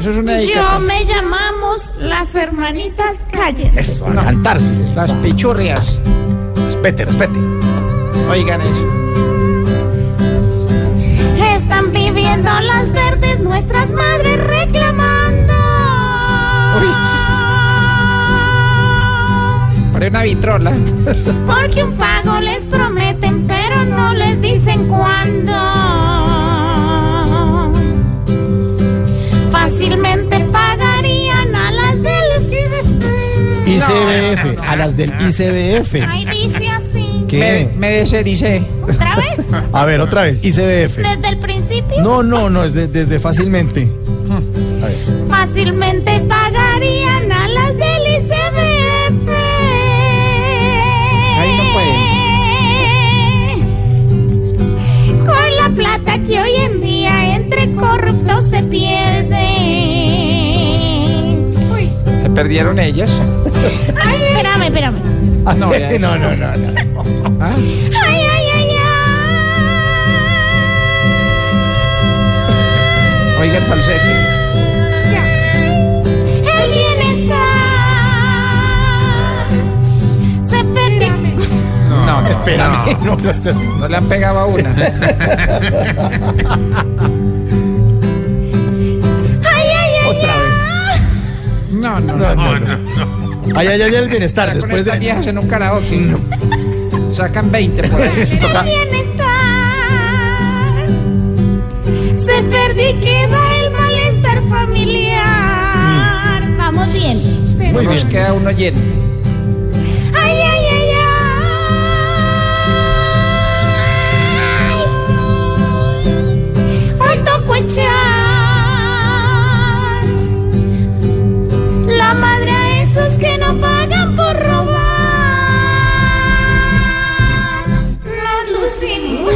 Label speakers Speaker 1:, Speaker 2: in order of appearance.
Speaker 1: Eso es una
Speaker 2: Yo
Speaker 1: dedicación.
Speaker 2: me llamamos las hermanitas Calle.
Speaker 1: Eso, a levantarse. señor. Las pichurrias.
Speaker 3: Respete, respete.
Speaker 1: Oigan eso.
Speaker 2: Están viviendo las verdes nuestras madres reclamando.
Speaker 1: Uy, Para una vitrola.
Speaker 2: Porque un pago les prometen, pero no les dicen cuándo. Fácilmente pagarían a las del
Speaker 4: ICBF, a las
Speaker 1: Ah.
Speaker 4: del ICBF.
Speaker 2: Ahí dice así.
Speaker 1: Me,
Speaker 4: ¿Qué?
Speaker 1: me deserice.
Speaker 2: ¿Otra vez?
Speaker 4: A ver, otra vez, ICBF.
Speaker 2: ¿Desde el principio?
Speaker 4: No, no, no, es de- desde fácilmente.
Speaker 1: Hmm.
Speaker 4: A ver.
Speaker 2: Fácilmente pagarían a las del ICBF.
Speaker 1: Ahí no
Speaker 2: Con la plata que hoy en día entre corruptos se pierde.
Speaker 1: Se perdieron ellas.
Speaker 2: Ay, espérame, espérame.
Speaker 1: Ah, No, ya.
Speaker 4: no, no, no, no.
Speaker 1: Ah,
Speaker 2: Ay, ay, ay,
Speaker 1: Oiga el falsete.
Speaker 2: ay. El bienestar se perdió.
Speaker 1: No, no,
Speaker 4: Espérame, no, no, esto es-
Speaker 1: no. No le han pegado a una.
Speaker 2: Ay, ay, ay.
Speaker 4: otra vez.
Speaker 1: No, no,
Speaker 4: No,
Speaker 1: no.
Speaker 4: no, no. Ay, ay, ay, el bienestar.
Speaker 1: Con
Speaker 4: Después
Speaker 1: estas
Speaker 4: de.
Speaker 1: viejas en un karaoke. Sacan 20 por ahí.
Speaker 4: Toca-
Speaker 2: bienestar. Se perdió y queda el malestar familiar. Vamos bien.
Speaker 1: No
Speaker 4: Mm. Muy
Speaker 1: nos
Speaker 4: bien.
Speaker 1: queda un oyente.
Speaker 2: Ay, ay, ay, ay. Hoy toco echar la madre a esos que no pagan por robar. Nos lucimos.